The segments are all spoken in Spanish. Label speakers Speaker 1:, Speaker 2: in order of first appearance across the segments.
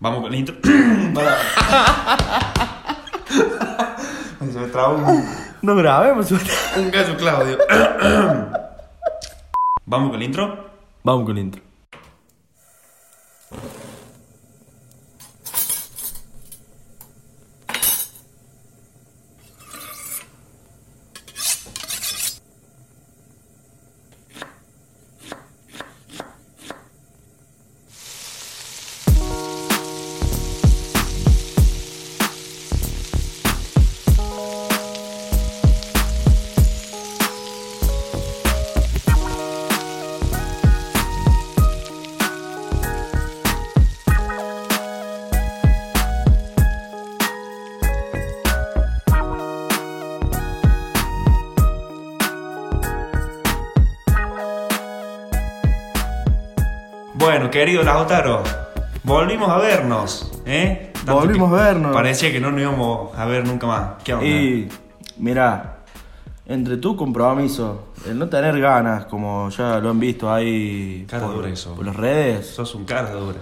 Speaker 1: Vamos con el intro. Ay, Se me traba un,
Speaker 2: No grabemos.
Speaker 1: un gallo, Claudio. Vamos con el intro.
Speaker 2: Vamos con intro.
Speaker 1: Bueno, querido Lautaro, volvimos a vernos. ¿eh? Tanto
Speaker 2: Volvimos
Speaker 1: que
Speaker 2: a vernos.
Speaker 1: Parecía que no nos íbamos a ver nunca más. ¿Qué onda?
Speaker 2: Y mira, entre tu compromiso, el no tener ganas, como ya lo han visto ahí
Speaker 1: Cara
Speaker 2: por,
Speaker 1: dura eso.
Speaker 2: por las redes.
Speaker 1: Sos un cara dura.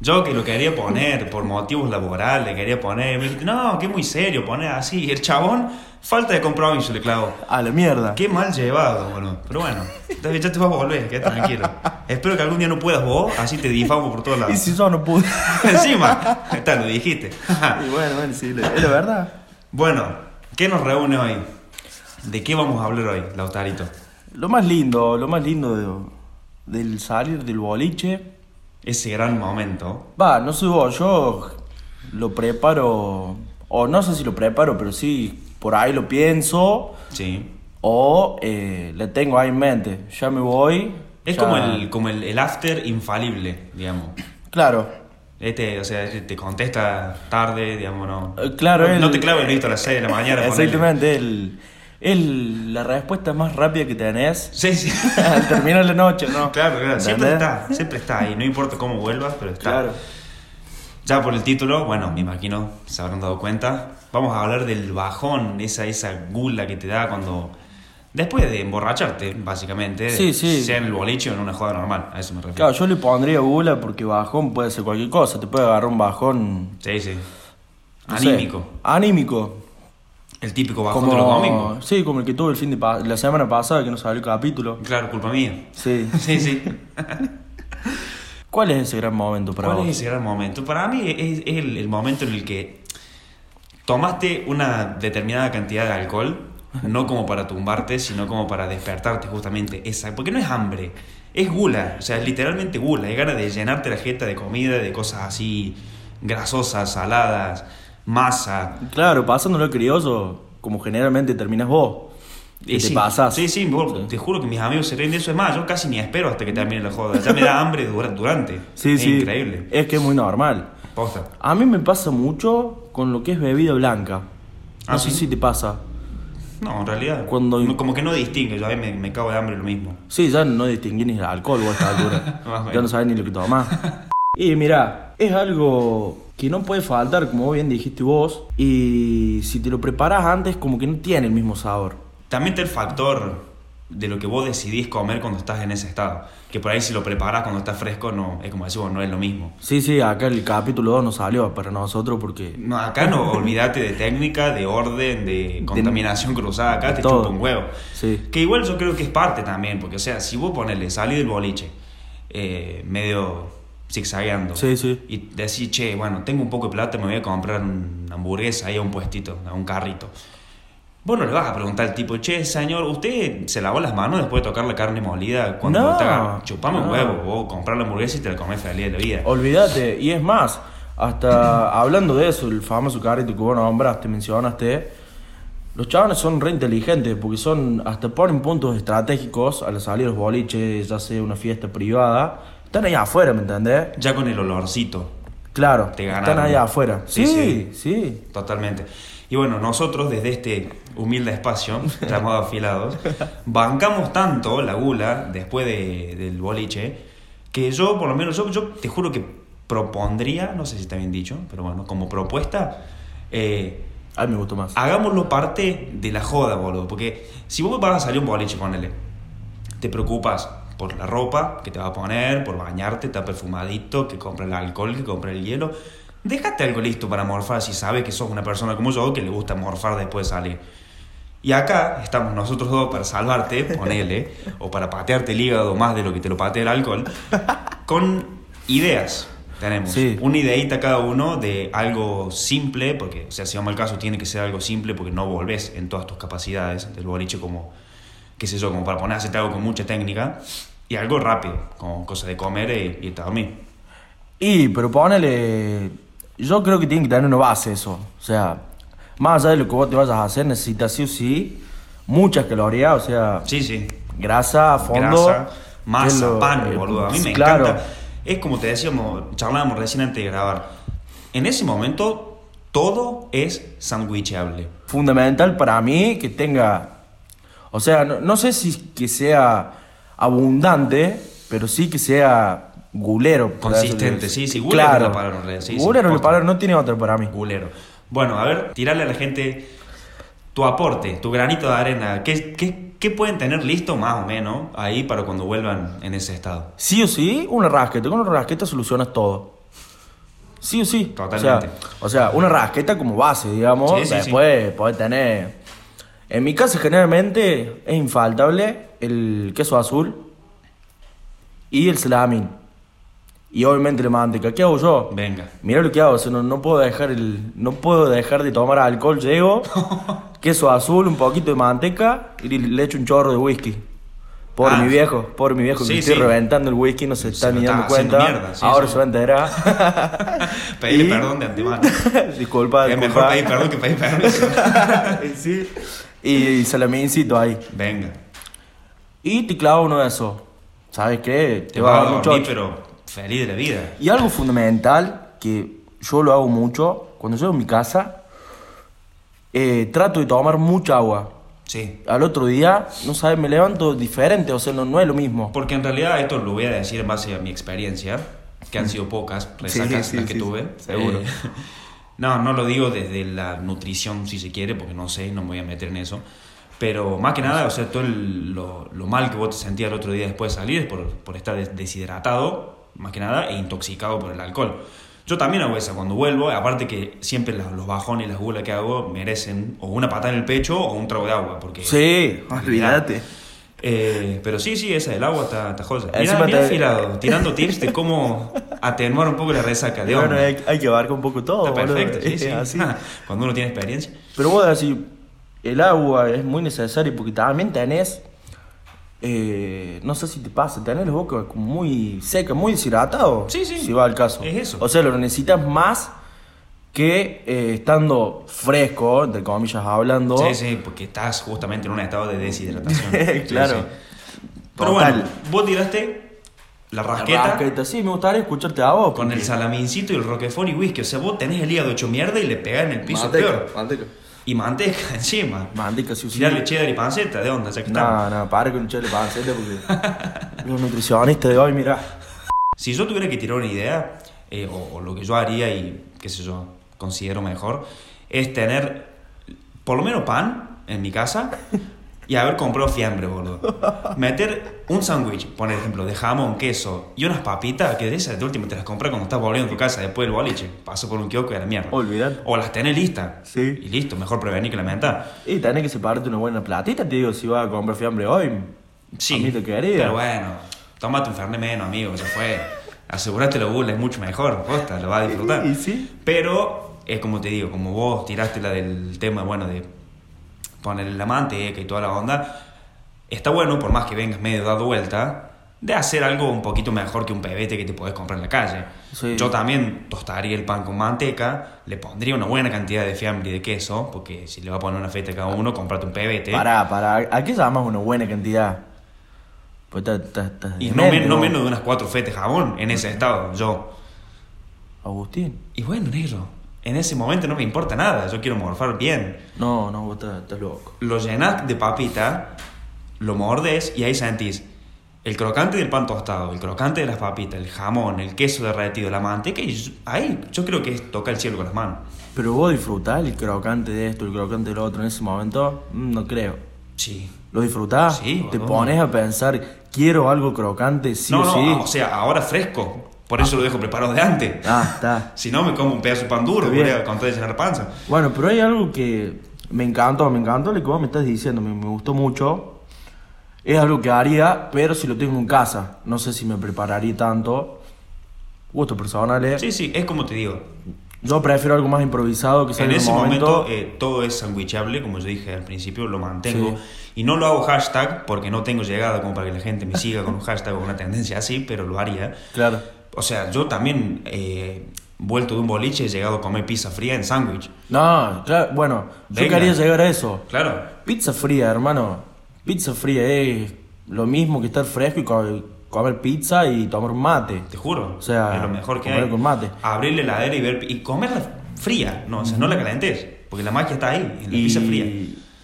Speaker 1: Yo que lo quería poner por motivos laborales, quería poner. me dijiste, No, que es muy serio poner así. Y el chabón, falta de compromiso le clavo.
Speaker 2: A la mierda.
Speaker 1: Qué mal llevado, boludo. Pero bueno, David, ya te vas a volver, quédate tranquilo. Espero que algún día no puedas vos, así te difamo por todos
Speaker 2: Y
Speaker 1: lados.
Speaker 2: si yo no pude.
Speaker 1: Encima, está, lo dijiste.
Speaker 2: y bueno, bueno, sí, le- es la verdad.
Speaker 1: bueno, ¿qué nos reúne hoy? ¿De qué vamos a hablar hoy, Lautarito?
Speaker 2: Lo más lindo, lo más lindo de- del salir del boliche.
Speaker 1: Ese gran momento.
Speaker 2: Va, no soy vos, yo lo preparo. O no sé si lo preparo, pero sí, por ahí lo pienso.
Speaker 1: Sí.
Speaker 2: O eh, le tengo ahí en mente, ya me voy.
Speaker 1: Es
Speaker 2: ya-
Speaker 1: como el, como el, el after infalible, digamos.
Speaker 2: Claro,
Speaker 1: Este, o sea, te contesta tarde, digamos, no.
Speaker 2: Eh, claro,
Speaker 1: no,
Speaker 2: el-
Speaker 1: no te claves el visto a las 6 de la mañana. ponele.
Speaker 2: exactamente. El, el- la respuesta más rápida que tenés
Speaker 1: Sí, sí.
Speaker 2: al terminar la noche, ¿no?
Speaker 1: Claro, claro. Siempre
Speaker 2: ¿Entendés?
Speaker 1: está, siempre está ahí. No importa cómo vuelvas, pero está.
Speaker 2: Claro.
Speaker 1: Ya por el título, bueno, me imagino, se habrán dado cuenta. Vamos a hablar del bajón, esa, esa gula que te da cuando. Después de emborracharte, básicamente.
Speaker 2: Sí, sí.
Speaker 1: Sea en el boliche o en una joda normal, a eso me refiero.
Speaker 2: Claro, yo le pondría gula porque bajón puede ser cualquier cosa. Te puede agarrar un bajón.
Speaker 1: Sí, sí.
Speaker 2: no sé,
Speaker 1: Anímico.
Speaker 2: anímico.
Speaker 1: El típico bajón de los domingos.
Speaker 2: sí, como el que tuve el fin de pa- la semana pasada que no salió el capítulo.
Speaker 1: Claro, culpa mía.
Speaker 2: Sí.
Speaker 1: Sí, sí.
Speaker 2: ¿Cuál es ese gran momento para
Speaker 1: ¿Cuál
Speaker 2: vos?
Speaker 1: es ese gran momento? Para mí es, es el, el momento en el que tomaste una determinada cantidad de alcohol, no como para tumbarte, sino como para despertarte justamente esa. Porque no es hambre, es gula, o sea, es literalmente gula, es ganas de llenarte la jeta de comida, de cosas así grasosas, saladas, masa.
Speaker 2: Claro, pasándolo crioso, como generalmente terminas vos. Y
Speaker 1: Eh,
Speaker 2: te
Speaker 1: sí,
Speaker 2: pasas.
Speaker 1: Sí, sí, vos- te juro que mis amigos se ríen de eso. Es más, yo casi ni espero hasta que termine la joda. Ya me da hambre dura- durante.
Speaker 2: Sí,
Speaker 1: es
Speaker 2: sí.
Speaker 1: increíble.
Speaker 2: Es que es muy normal.
Speaker 1: Posta.
Speaker 2: A mí me pasa mucho con lo que es bebida blanca.
Speaker 1: Ah,
Speaker 2: No sé
Speaker 1: ¿sí?
Speaker 2: si te pasa.
Speaker 1: No, en realidad.
Speaker 2: Cuando-
Speaker 1: no, como que no distingue, yo a mí me, me cago de hambre lo mismo.
Speaker 2: Sí, ya no distinguís ni el alcohol vos a esta
Speaker 1: Más o
Speaker 2: altura. ya no
Speaker 1: menos.
Speaker 2: sabés ni lo que tomás. y mirá, es algo que no puede faltar, como bien dijiste vos. Y si te lo preparás antes, como que no tiene el mismo sabor.
Speaker 1: También está el factor de lo que vos decidís comer cuando estás en ese estado. Que por ahí si lo preparás cuando estás fresco, no, es como decimos, no es lo mismo.
Speaker 2: Sí, sí, acá el capítulo 2 no salió para nosotros porque...
Speaker 1: No, acá no, olvídate de técnica, de orden, de contaminación cruzada, acá te
Speaker 2: todo.
Speaker 1: chupa un huevo.
Speaker 2: Sí.
Speaker 1: Que igual yo creo que es parte también, porque o sea, si vos ponele, salí del boliche, eh, medio zigzagueando.
Speaker 2: Sí, sí.
Speaker 1: Y decís, che, bueno, tengo un poco de plata, me voy a comprar una hamburguesa ahí a un puestito, a un carrito. Vos no le vas a preguntar al tipo, che, señor, ¿usted se lavó las manos después de tocar la carne molida cuando
Speaker 2: No,
Speaker 1: está chupamos un
Speaker 2: no.
Speaker 1: huevo? Vos comprar la hamburguesa y te la comés feliz de la vida.
Speaker 2: Olvídate, y es más, hasta hablando de eso, el famoso carrito que vos nombraste, mencionaste, los chavales son re inteligentes porque son, hasta ponen puntos estratégicos a la salida de los boliches, ya sea una fiesta privada, están ahí afuera, ¿me entendés?
Speaker 1: Ya con el olorcito.
Speaker 2: Claro,
Speaker 1: Te
Speaker 2: están
Speaker 1: ganaron.
Speaker 2: ahí afuera.
Speaker 1: Sí,
Speaker 2: Sí,
Speaker 1: sí.
Speaker 2: sí,
Speaker 1: Totalmente. Y bueno, nosotros desde este humilde espacio, estamos afilados, bancamos tanto la gula después de- del boliche, que yo, por lo menos, yo, yo te juro que propondría, no sé si está bien dicho, pero bueno, como propuesta, eh,
Speaker 2: A mí me gustó más.
Speaker 1: hagámoslo parte de la joda, boludo. Porque si vos vas a salir a un boliche, ponele, te preocupas por la ropa que te va a poner, por bañarte, está perfumadito, que compra el alcohol, que compra el hielo. Déjate algo listo para morfar si sabes que sos una persona como yo que le gusta morfar después de salir. Y acá estamos nosotros dos para salvarte, ponele, o para patearte el hígado más de lo que te lo patea el alcohol, con ideas. Tenemos
Speaker 2: Sí.
Speaker 1: una ideita cada uno de algo simple, porque, o sea, si vamos al caso, tiene que ser algo simple porque no volvés en todas tus capacidades del boliche como, qué sé yo, como para poner a hacer algo con mucha técnica, y algo rápido, como cosa de comer e irte a dormir.
Speaker 2: Y, pero ponele. Yo creo que tiene que tener una base eso. O sea, más allá de lo que vos te vayas a hacer, necesitas sí o sí muchas calorías, o sea,
Speaker 1: Sí, sí.
Speaker 2: grasa a fondo.
Speaker 1: grasa,
Speaker 2: que es
Speaker 1: masa,
Speaker 2: lo- eh,
Speaker 1: pan, boludo. A mí
Speaker 2: Sí,
Speaker 1: me
Speaker 2: claro.
Speaker 1: encanta. Es como te decíamos, charlábamos recién antes de grabar. En ese momento, todo es sandwichable.
Speaker 2: fundamental para mí que tenga, o sea, no, no sé si que sea abundante, pero sí que sea gulero. por
Speaker 1: Consistente,
Speaker 2: decirlo.
Speaker 1: sí, sí, gulero
Speaker 2: claro.
Speaker 1: es la palabra, en realidad, sí, sí,
Speaker 2: Gulero es la
Speaker 1: posta.
Speaker 2: palabra, no tiene otra para mí.
Speaker 1: Gulero. Bueno, a ver, tirarle a la gente tu aporte, tu granito de arena. ¿Qué, qué, qué pueden tener listo más o menos ahí para cuando vuelvan en ese estado?
Speaker 2: Sí o sí, una rasqueta, con una rasqueta solucionas todo. Sí o sí.
Speaker 1: Totalmente.
Speaker 2: O sea, o sea, una rasqueta como base, digamos.
Speaker 1: Sí, sí, sí.
Speaker 2: después podés tener. En mi casa, generalmente es infaltable el queso azul y el salamín. Y obviamente la manteca. ¿Qué hago yo?
Speaker 1: Venga.
Speaker 2: Mirá lo que hago, o sea, no, no puedo dejar el. No puedo dejar de tomar alcohol, llego, queso azul, un poquito de manteca y le echo un chorro de whisky. Por
Speaker 1: Ah.
Speaker 2: mi viejo, por mi viejo
Speaker 1: Sí,
Speaker 2: que estoy
Speaker 1: sí.
Speaker 2: reventando el whisky, no se, está
Speaker 1: lo
Speaker 2: ni
Speaker 1: está
Speaker 2: dando
Speaker 1: haciendo
Speaker 2: cuenta.
Speaker 1: mierda, sí,
Speaker 2: Ahora
Speaker 1: sí.
Speaker 2: se va a enterar.
Speaker 1: Pedirle
Speaker 2: Y-
Speaker 1: perdón de antemano.
Speaker 2: disculpa,
Speaker 1: es mejor
Speaker 2: disculpa.
Speaker 1: pedir perdón que pedir permiso.
Speaker 2: Sí. Y salamincito ahí.
Speaker 1: Venga.
Speaker 2: Y te clavo uno de esos. ¿Sabes qué?
Speaker 1: Te vas a dormir,
Speaker 2: mucho.
Speaker 1: pero feliz de la vida.
Speaker 2: Y algo fundamental que yo lo hago mucho, cuando llego a mi casa, eh, trato de tomar mucha agua.
Speaker 1: Sí.
Speaker 2: Al otro día, no sabes, me levanto diferente, o sea, no, no es lo mismo.
Speaker 1: Porque en realidad esto lo voy a decir en base a mi experiencia, que han sido pocas resacas
Speaker 2: Sí, sí,
Speaker 1: las
Speaker 2: sí,
Speaker 1: que
Speaker 2: sí,
Speaker 1: tuve.
Speaker 2: seguro.
Speaker 1: Eh, no, no lo digo desde la nutrición, si se quiere, porque no sé, no me voy a meter en eso. Pero más que nada, o sea, todo el- lo, lo mal que vos te sentías el otro día después de salir es por, por estar des- deshidratado, más que nada, e intoxicado por el alcohol. Yo también hago esa cuando vuelvo, aparte que siempre los, los bajones y las gulas que hago merecen o una patada en el pecho o un trago de agua, porque...
Speaker 2: Sí, olvídate.
Speaker 1: Eh, pero sí, sí, esa del agua está, está joya. Mirá,
Speaker 2: Encima
Speaker 1: mirá
Speaker 2: te-
Speaker 1: afilado, tirando tips de cómo atenuar un poco la resaca de
Speaker 2: Bueno,
Speaker 1: hombre.
Speaker 2: hay, hay que abarcar un poco todo.
Speaker 1: está
Speaker 2: boludo.
Speaker 1: perfecto, sí,
Speaker 2: Es
Speaker 1: sí.
Speaker 2: así.
Speaker 1: Cuando uno tiene experiencia.
Speaker 2: Pero vos decís, el agua es muy necesaria porque también tenés, eh, no sé si te pasa, tenés la boca como muy seca, muy deshidratado.
Speaker 1: Sí, sí.
Speaker 2: Si va al caso.
Speaker 1: Es eso.
Speaker 2: O sea, lo necesitas más que eh, estando fresco, entre comillas hablando.
Speaker 1: Sí, sí, porque estás justamente en un estado de deshidratación. Sí,
Speaker 2: Claro.
Speaker 1: sí. Pero
Speaker 2: Total.
Speaker 1: bueno, vos tiraste la rasqueta,
Speaker 2: Rasqueta, Sí, me gustaría escucharte a vos.
Speaker 1: con el
Speaker 2: porque-
Speaker 1: salamincito y el roquefort y whisky. O sea, vos tenés el hígado hecho mierda y le pegás en el piso peor. Y manteca encima.
Speaker 2: Manteca, sí, o sí.
Speaker 1: Tirarle cheddar y panceta, ¿de onda? Ya que estamos.
Speaker 2: No, no, para con chile panceta porque los nutricionistas de hoy, mirá.
Speaker 1: Si yo tuviera que tirar una idea, eh, o, o lo que yo haría y qué sé yo, considero mejor, es tener por lo menos pan en mi casa y haber comprado fiambre, boludo. Meter un sándwich, por ejemplo, de jamón, queso y unas papitas, que de esas de última te las compras cuando estás volviendo a tu casa después del boliche. Paso por un kiosco y a la mierda.
Speaker 2: Olvidate.
Speaker 1: O las tenés listas.
Speaker 2: Sí.
Speaker 1: Y listo, mejor prevenir que lamentar.
Speaker 2: Y tenés que separarte una buena platita, te digo, si vas a comprar fiambre hoy.
Speaker 1: Sí.
Speaker 2: A mí te quedaría.
Speaker 1: Pero bueno, tómate un fernet menos, amigo, ya fue. Asegurate los bull, es mucho mejor, posta, lo vas a disfrutar.
Speaker 2: Y sí.
Speaker 1: Pero, es como te digo, como vos tiraste la del tema, bueno, de poner el amante y toda la onda, está bueno, por más que vengas medio dado vuelta, de hacer algo un poquito mejor que un pebete que te podés comprar en la calle.
Speaker 2: Sí.
Speaker 1: Yo también tostaría el pan con manteca, le pondría una buena cantidad de fiambre y de queso, porque si le va a poner una feta a cada uno, comprate un pebete.
Speaker 2: Pará, pará. ¿A qué llamas una buena cantidad? Pues ta- ta- ta-
Speaker 1: Y
Speaker 2: de
Speaker 1: no,
Speaker 2: mente,
Speaker 1: men- no
Speaker 2: vos.
Speaker 1: menos de unas cuatro fetes jabón en ese estado, yo.
Speaker 2: Agustín.
Speaker 1: Y bueno, negro, en ese momento no me importa nada, yo quiero morfar bien.
Speaker 2: No, no, vos estás, estás loco.
Speaker 1: Lo llenás de papita, lo mordes y ahí sentís el crocante del pan tostado, el crocante de las papitas, el jamón, el queso derretido, la manteca y yo- ahí yo creo que es toca el cielo con las manos.
Speaker 2: Pero vos disfrutás el crocante de esto, el crocante del otro en ese momento, Mm, no creo.
Speaker 1: Sí.
Speaker 2: ¿Lo disfrutás?
Speaker 1: Sí,
Speaker 2: Te
Speaker 1: boludo.
Speaker 2: pones a pensar quiero algo crocante, sí
Speaker 1: no,
Speaker 2: o
Speaker 1: no,
Speaker 2: sí.
Speaker 1: ah, o sea, ahora fresco. Por eso lo dejo preparado de antes.
Speaker 2: Ah, está.
Speaker 1: Si no, me como un pedazo de pan duro,
Speaker 2: Está bien.
Speaker 1: voy a contar de llenar panza.
Speaker 2: Bueno, pero hay algo que me encantó, me encantó lo que vos me estás diciendo, me, me gustó mucho. Es algo que haría, pero si lo tengo en casa. No sé si me prepararía tanto. Gustos personales.
Speaker 1: Sí, sí, es como te digo.
Speaker 2: Yo prefiero algo más improvisado que sea
Speaker 1: En
Speaker 2: en, el
Speaker 1: ese
Speaker 2: momento.
Speaker 1: momento eh, todo es sandwichable, como yo dije al principio, lo mantengo. Y no lo hago hashtag porque no tengo llegada como para que la gente me siga con un hashtag o una tendencia así, pero lo haría.
Speaker 2: Claro.
Speaker 1: O sea, yo también, eh, vuelto de un boliche, he llegado a comer pizza fría en sándwich.
Speaker 2: No, claro, bueno, yo
Speaker 1: Venga.
Speaker 2: quería llegar a eso.
Speaker 1: Claro.
Speaker 2: Pizza fría, hermano. Pizza fría es lo mismo que estar fresco y co- comer pizza y tomar mate.
Speaker 1: Te juro.
Speaker 2: O sea,
Speaker 1: es lo mejor que
Speaker 2: comer
Speaker 1: hay.
Speaker 2: con mate.
Speaker 1: Abrir la heladera y ver y comerla fría, no, o sea, no la calentes, porque la magia está ahí, en la pizza fría.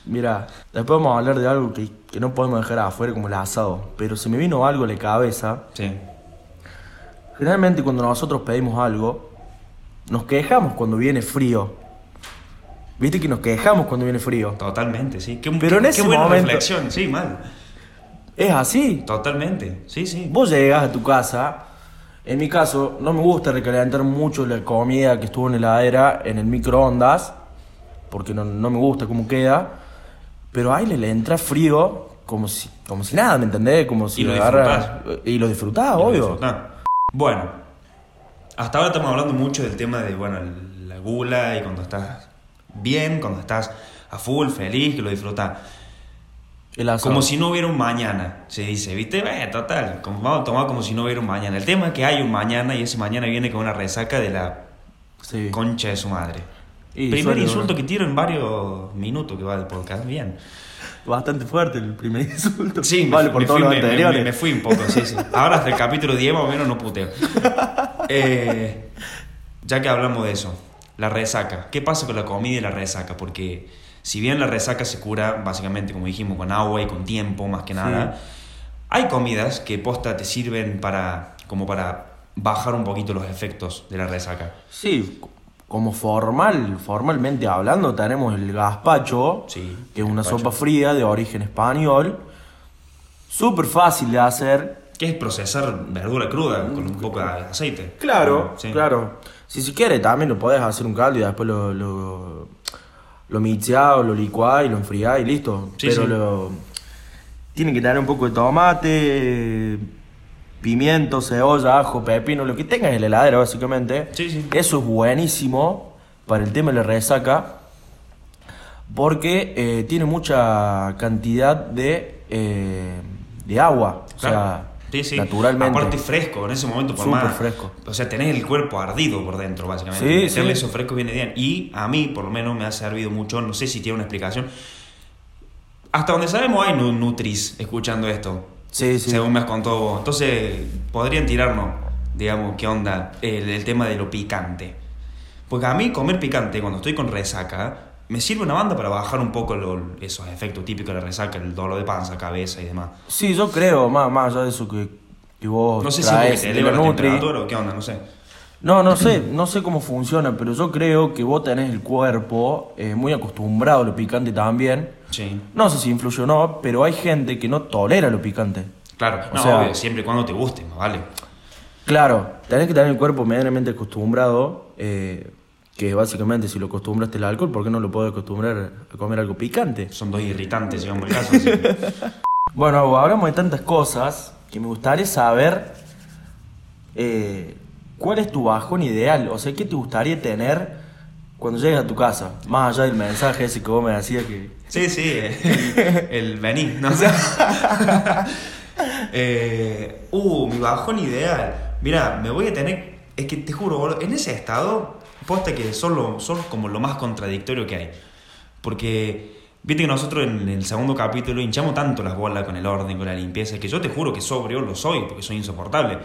Speaker 2: Mira, después vamos a hablar de algo que, que no podemos dejar afuera como el asado. Pero se me vino algo a la cabeza.
Speaker 1: Sí.
Speaker 2: Generalmente cuando nosotros pedimos algo, nos quejamos cuando viene frío. Viste que nos quejamos cuando viene frío.
Speaker 1: Totalmente, sí. Qué,
Speaker 2: Pero en
Speaker 1: qué
Speaker 2: ese
Speaker 1: buena
Speaker 2: momento-
Speaker 1: reflexión, sí, mal.
Speaker 2: Es así.
Speaker 1: Totalmente, sí, sí.
Speaker 2: Vos llegas a tu casa. En mi caso, no me gusta recalentar mucho la comida que estuvo en la heladera, en el microondas, porque no, no me gusta cómo queda. Pero ahí le, le entra frío, como si, como si nada, ¿me entendés? Como si
Speaker 1: Y lo
Speaker 2: Y lo disfrutás,
Speaker 1: Lo
Speaker 2: Ah, obvio.
Speaker 1: disfrutá. Bueno, hasta ahora estamos hablando mucho del tema de, bueno, la gula y cuando estás bien, cuando estás a full, feliz, que lo disfrutas.
Speaker 2: El asado.
Speaker 1: Como si no hubiera un mañana, se dice, ¿viste? Eh, total, como, vamos a tomar como si no hubiera un mañana. El tema es que hay un mañana y ese mañana viene con una resaca de la
Speaker 2: Sí.
Speaker 1: concha de su madre.
Speaker 2: Y
Speaker 1: primer
Speaker 2: suele
Speaker 1: insulto
Speaker 2: durar.
Speaker 1: que tiro en varios minutos que va del podcast, bien.
Speaker 2: Bastante fuerte el primer insulto.
Speaker 1: Sí, me-
Speaker 2: vale, por
Speaker 1: me
Speaker 2: todos
Speaker 1: fui-
Speaker 2: los
Speaker 1: me- me-
Speaker 2: anteriores.
Speaker 1: Me, me fui un poco, sí, sí. Ahora hasta el capítulo 10 más o menos no puteo. Eh, ya que hablamos de eso, la resaca. ¿Qué pasa con la comida y la resaca? Porque si bien la resaca se cura, básicamente, como dijimos, con agua y con tiempo, más que nada, hay comidas que posta te sirven para, como para bajar un poquito los efectos de la resaca.
Speaker 2: Sí, co- como formal, formalmente hablando, tenemos el gazpacho,
Speaker 1: Sí,
Speaker 2: que es una
Speaker 1: gazpacho.
Speaker 2: sopa fría de origen español, súper fácil de hacer.
Speaker 1: Que es procesar verdura cruda con un poco de aceite. Sí.
Speaker 2: Mm, claro. Si se quiere, también lo podés hacer un caldo y después lo, lo, lo mixeás o lo licuás y lo enfriás y listo.
Speaker 1: Sí,
Speaker 2: Pero
Speaker 1: sí.
Speaker 2: lo. Tiene que tener un poco de tomate, pimiento, cebolla, ajo, pepino, lo que tengas en la heladera, básicamente.
Speaker 1: Sí, sí.
Speaker 2: Eso es buenísimo para el tema de la resaca porque eh, tiene mucha cantidad de, eh, de agua.
Speaker 1: Claro.
Speaker 2: O sea,
Speaker 1: Sí, sí.
Speaker 2: naturalmente.
Speaker 1: Aparte fresco, en ese momento por
Speaker 2: Súper
Speaker 1: más.
Speaker 2: fresco.
Speaker 1: O sea, tenés el cuerpo ardido por dentro, básicamente.
Speaker 2: Sí,
Speaker 1: Meterle
Speaker 2: sí.
Speaker 1: eso fresco viene bien. Y a mí, por lo menos, me ha servido mucho. No sé si tiene una explicación. Hasta donde sabemos hay nu- nutris escuchando esto.
Speaker 2: Sí, sí.
Speaker 1: Según me has contado vos. Entonces, podrían tirarnos, digamos, qué onda, el, el tema de lo picante. Porque a mí comer picante cuando estoy con resaca me sirve una banda para bajar un poco lo- esos efectos típicos de la resaca, el dolor de panza, cabeza y demás.
Speaker 2: Sí, yo creo, más, más allá de eso que, que vos
Speaker 1: No sé si es porque
Speaker 2: traes
Speaker 1: te
Speaker 2: de
Speaker 1: eleva
Speaker 2: la
Speaker 1: la
Speaker 2: Nutri.
Speaker 1: temperatura o qué onda, no sé.
Speaker 2: No, no sé, no sé cómo funciona, pero yo creo que vos tenés el cuerpo eh, muy acostumbrado a lo picante también.
Speaker 1: Sí.
Speaker 2: No sé si influyó o no, pero hay gente que no tolera lo picante.
Speaker 1: Claro,
Speaker 2: O
Speaker 1: no,
Speaker 2: sea-
Speaker 1: obvio, siempre y cuando te guste, más vale.
Speaker 2: Claro, tenés que tener el cuerpo medianamente acostumbrado, eh, que básicamente si lo acostumbraste al alcohol, ¿por qué no lo puedes acostumbrar a comer algo picante?
Speaker 1: Son dos irritantes, digamos, el caso. así que-
Speaker 2: Bueno, hablamos de tantas cosas que me gustaría saber eh, cuál es tu bajón ideal, o sea, qué te gustaría tener cuando llegues a tu casa, más allá del mensaje ese que vos me decías que...
Speaker 1: Sí, sí, el, el vení, ¿no? Eh, uh, mi bajón ideal. Mira, me voy a tener. Es que te juro, boludo, en ese estado, posta que son, lo- son como lo más contradictorio que hay. Porque, viste que nosotros en el segundo capítulo hinchamos tanto las bolas con el orden, con la limpieza, que yo te juro que sobrio lo soy, porque soy insoportable.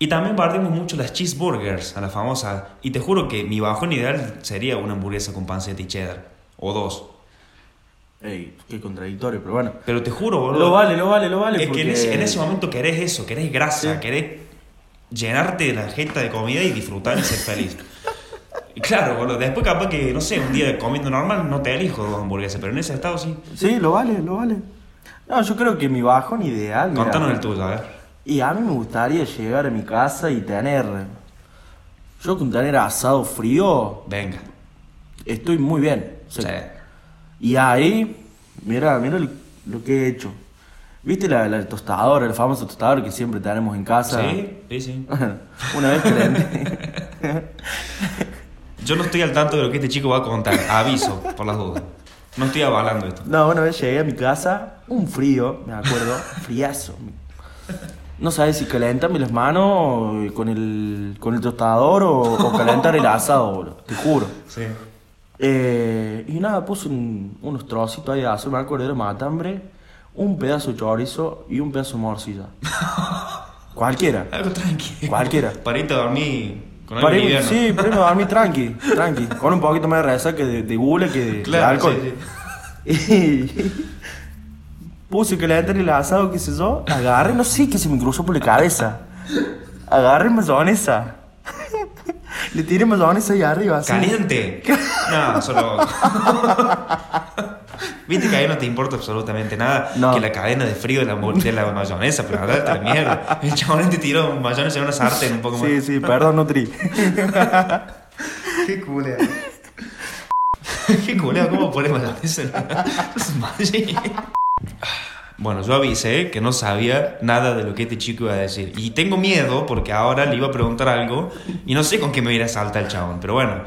Speaker 1: Y también partimos mucho las cheeseburgers, a la famosa. Y te juro que mi bajón ideal sería una hamburguesa con panceta y cheddar. O dos.
Speaker 2: Ey, qué contradictorio, pero bueno.
Speaker 1: Pero te juro, boludo.
Speaker 2: Lo vale, lo vale, lo vale.
Speaker 1: es
Speaker 2: porque...
Speaker 1: que en ese, en ese momento querés eso, querés grasa,
Speaker 2: Sí.
Speaker 1: querés llenarte de la jeta de comida y disfrutar y ser feliz. Y claro, boludo. Después, capaz que, no sé, un día comiendo normal no te elijo dos hamburguesas, pero en ese estado sí.
Speaker 2: Sí, lo vale, lo vale. No, yo creo que mi bajón ideal. mira,
Speaker 1: Contanos el tuyo, a ver.
Speaker 2: Y a mí me gustaría llegar a mi casa y tener. Yo con tener asado frío
Speaker 1: Venga.
Speaker 2: estoy muy bien. O
Speaker 1: Sí.
Speaker 2: sea, Y ahí, mira, mira el- lo que he hecho. ¿Viste la, la tostadora, el famoso tostador que siempre tenemos en casa?
Speaker 1: Sí, sí, sí.
Speaker 2: Una vez que le-
Speaker 1: Yo no estoy al tanto de lo que este chico va a contar. Aviso, por las dudas. No estoy avalando esto.
Speaker 2: No, una vez llegué a mi casa, un frío, me acuerdo, friazo. No sabes si calentarme las manos con el, con el tostador o, o calentar el asado, boludo, te juro.
Speaker 1: Sí.
Speaker 2: Eh, y nada, puse un- unos trocitos ahí de asado, me acuerdo, era matambre, un pedazo de chorizo y un pedazo de morcilla. Cualquiera.
Speaker 1: Algo tranquilo.
Speaker 2: Cualquiera.
Speaker 1: Para irte a dormir con algo
Speaker 2: Para ir-
Speaker 1: liviano.
Speaker 2: sí, pero me dormí tranqui, tranqui. Con un poquito más de resaca de, de gula que de, de
Speaker 1: Claro,
Speaker 2: alcohol. Y puse que le entre el asado, qué sé yo. Agarré, no sé qué se me cruzó por la cabeza. Agarré mayonesa. Le tiré mayonesa ahí arriba, así.
Speaker 1: Caliente. No, solo. Viste que ahí no te importa absolutamente nada
Speaker 2: No.
Speaker 1: que la cadena de frío de la, mo- de la mayonesa, pero andate a la mierda. El chabón te tiró mayonesa en una sartén un poco más.
Speaker 2: Sí, sí, perdón, no tri.
Speaker 1: Qué culea. Qué culea, ¿cómo pones mayonesa? en la- Es magia. Bueno, yo avisé que no sabía nada de lo que este chico iba a decir. Y tengo miedo porque ahora le iba a preguntar algo y no sé con qué me irá a saltar el chabón. Pero bueno,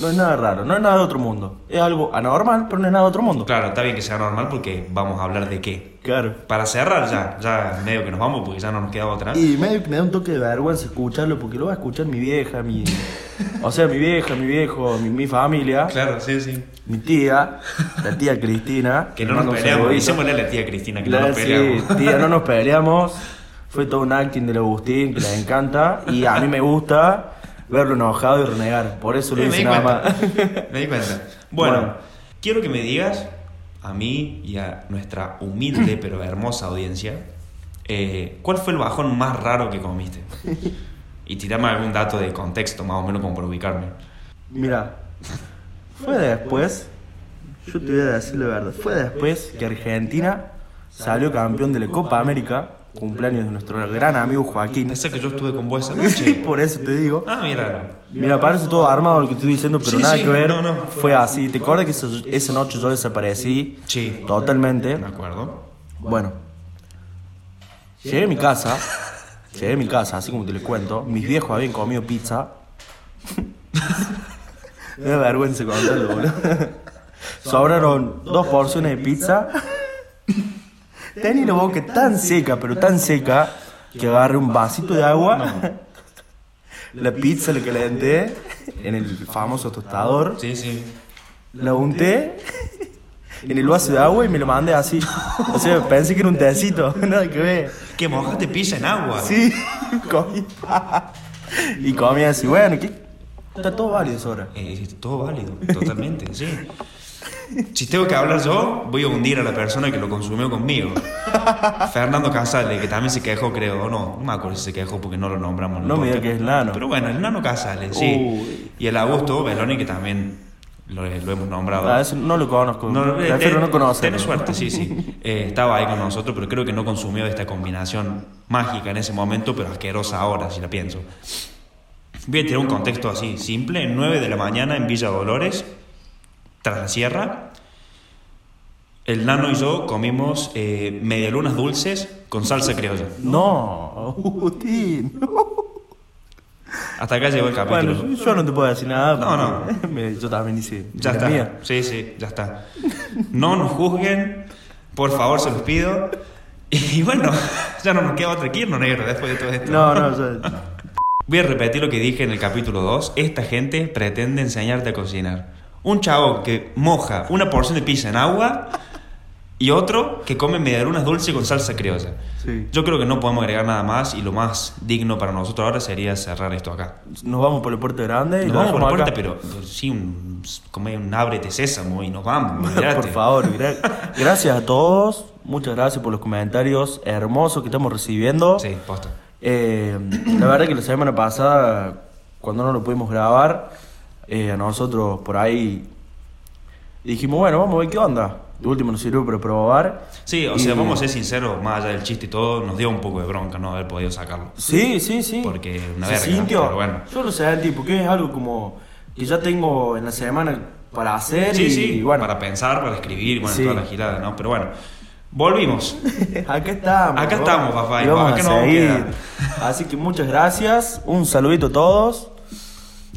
Speaker 2: No es nada raro, no es nada de otro mundo. Es algo anormal, pero no es nada de otro mundo.
Speaker 1: claro, está bien que sea normal porque vamos a hablar de qué.
Speaker 2: Claro.
Speaker 1: Para cerrar ya, ya medio que nos vamos porque ya no nos queda otra.
Speaker 2: Y medio que me da un toque de vergüenza escucharlo porque lo va a escuchar mi vieja, mi. O sea, mi vieja, mi viejo, mi, mi familia,
Speaker 1: Claro, sí, sí.
Speaker 2: mi tía, la tía Cristina.
Speaker 1: Que no nos
Speaker 2: Mando un
Speaker 1: peleamos.
Speaker 2: saludito.
Speaker 1: Dicémosle a la tía Cristina que no
Speaker 2: La-
Speaker 1: nos peleamos.
Speaker 2: sí, tía, no nos peleamos. Fue todo un acting del Agustín que les encanta. Y a mí me gusta verlo enojado y renegar. Por eso lo
Speaker 1: Eh,
Speaker 2: hice nada más.
Speaker 1: Me di cuenta. Bueno,
Speaker 2: Bueno.
Speaker 1: quiero que me digas a mí y a nuestra humilde pero hermosa audiencia, eh, ¿cuál fue el bajón más raro que comiste? Y tirame algún dato de contexto, más o menos, como para ubicarme.
Speaker 2: Mira, fue después. Yo te voy a decir la verdad. Fue después que Argentina salió campeón de la Copa América. Cumpleaños de nuestro gran amigo Joaquín.
Speaker 1: Pensé que yo estuve con vos esa
Speaker 2: Sí,
Speaker 1: noche.
Speaker 2: por eso te digo.
Speaker 1: Ah, mira.
Speaker 2: Mira, parece todo armado lo que estoy diciendo, pero
Speaker 1: Sí,
Speaker 2: nada
Speaker 1: sí,
Speaker 2: que ver.
Speaker 1: no, no.
Speaker 2: Fue así. ¿Te acuerdas que eso- esa noche yo desaparecí?
Speaker 1: Sí,
Speaker 2: Totalmente.
Speaker 1: me acuerdo.
Speaker 2: Bueno, llegué a mi casa, llegué a mi casa, así como te lo cuento. Mis viejos habían comido pizza. Me da vergüenza contarlo, boludo. Sobraron dos porciones de pizza. Tenía la boca tan seca, pero tan seca, que agarré un vasito de agua. La pizza la calenté en el famoso tostador.
Speaker 1: Sí, sí.
Speaker 2: La unté en el vaso de agua y me lo mandé así. O sea, pensé que era un tecito, nada que ver.
Speaker 1: Que mojaste pizza en agua.
Speaker 2: Sí, comí. Y comí así, bueno, ¿qué? Está todo válido ahora.
Speaker 1: Eh, todo válido, totalmente, sí. Si tengo que hablar yo, voy a hundir a la persona que lo consumió conmigo. Fernando Casale, que también se quejó, creo, o no, no me acuerdo si se quejó porque no lo nombramos. en el
Speaker 2: No me diga
Speaker 1: podcast.
Speaker 2: que es Nano.
Speaker 1: Pero bueno, el Nano Casale, sí.
Speaker 2: Uy.
Speaker 1: Y el Augusto Beloni, que también lo, lo hemos nombrado.
Speaker 2: Ah, eso no lo conozco.
Speaker 1: No, eh,
Speaker 2: Prefiero
Speaker 1: eh,
Speaker 2: no conocerlo.
Speaker 1: Tenés suerte, sí, sí. Eh, estaba ahí con nosotros, pero creo que no consumió esta combinación mágica en ese momento, pero asquerosa ahora, si la pienso. Voy a tirar un contexto así, simple. En 9 de la mañana en Villa Dolores, tras la sierra, el nano y yo comimos eh, medialunas dulces con salsa criolla.
Speaker 2: No, Agustín.
Speaker 1: Hasta acá llegó el capítulo.
Speaker 2: Bueno, yo no te puedo decir nada.
Speaker 1: No,
Speaker 2: porque me- Yo también hice.
Speaker 1: Ya
Speaker 2: la
Speaker 1: está.
Speaker 2: mía.
Speaker 1: Sí, sí, ya está. No nos juzguen, por favor, se los pido. Y bueno, ya no nos queda otra que irnos, negro, después de todo esto.
Speaker 2: No, no, yo-
Speaker 1: Voy a repetir lo que dije en el capítulo 2. Esta gente pretende enseñarte a cocinar. Un chavo que moja una porción de pizza en agua y otro que come medialunas dulce con salsa criolla.
Speaker 2: sí.
Speaker 1: Yo creo que no podemos agregar nada más y lo más digno para nosotros ahora sería cerrar esto acá.
Speaker 2: Nos vamos por el puerto grande y
Speaker 1: Nos
Speaker 2: lo
Speaker 1: vamos por la
Speaker 2: dejamos
Speaker 1: puerta,
Speaker 2: acá.
Speaker 1: pero sí, un, come un ábrete sésamo y nos vamos. olvidate.
Speaker 2: Por favor, gra- gracias a todos. Muchas gracias por los comentarios hermosos que estamos recibiendo.
Speaker 1: Sí, posta.
Speaker 2: Eh, la verdad que la semana pasada, cuando no lo pudimos grabar, eh, a nosotros por ahí dijimos, bueno, vamos a ver qué onda. de último nos sirvió para probar.
Speaker 1: Sí, o
Speaker 2: Y-
Speaker 1: sea, vamos a ser sinceros, más allá del chiste y todo, nos dio un poco de bronca no haber podido sacarlo.
Speaker 2: Sí, sí, sí.
Speaker 1: Porque es una
Speaker 2: Se
Speaker 1: verga,
Speaker 2: sintió.
Speaker 1: pero bueno.
Speaker 2: Yo lo sentí, porque es algo como que ya tengo en la semana para hacer
Speaker 1: Sí,
Speaker 2: y,
Speaker 1: sí,
Speaker 2: bueno.
Speaker 1: para pensar, para escribir, bueno,
Speaker 2: Sí.
Speaker 1: toda la girada, ¿no? Pero bueno, volvimos.
Speaker 2: Acá estamos.
Speaker 1: Acá
Speaker 2: ¿no?
Speaker 1: estamos, papá,
Speaker 2: Y
Speaker 1: y
Speaker 2: vamos
Speaker 1: acá
Speaker 2: a
Speaker 1: nos vamos a
Speaker 2: seguir.
Speaker 1: quedar.
Speaker 2: Así que muchas gracias. Un saludito a todos.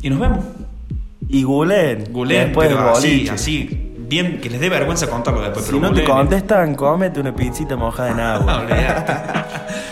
Speaker 1: Y nos vemos.
Speaker 2: Y gulen.
Speaker 1: Gulen,
Speaker 2: después
Speaker 1: pero
Speaker 2: del
Speaker 1: así,
Speaker 2: boliche.
Speaker 1: así, bien, que les dé vergüenza contarlo después.
Speaker 2: Si
Speaker 1: pero
Speaker 2: no te
Speaker 1: gulen.
Speaker 2: contestan, cómete una pizzita mojada en
Speaker 1: No,
Speaker 2: agua.
Speaker 1: olvidate.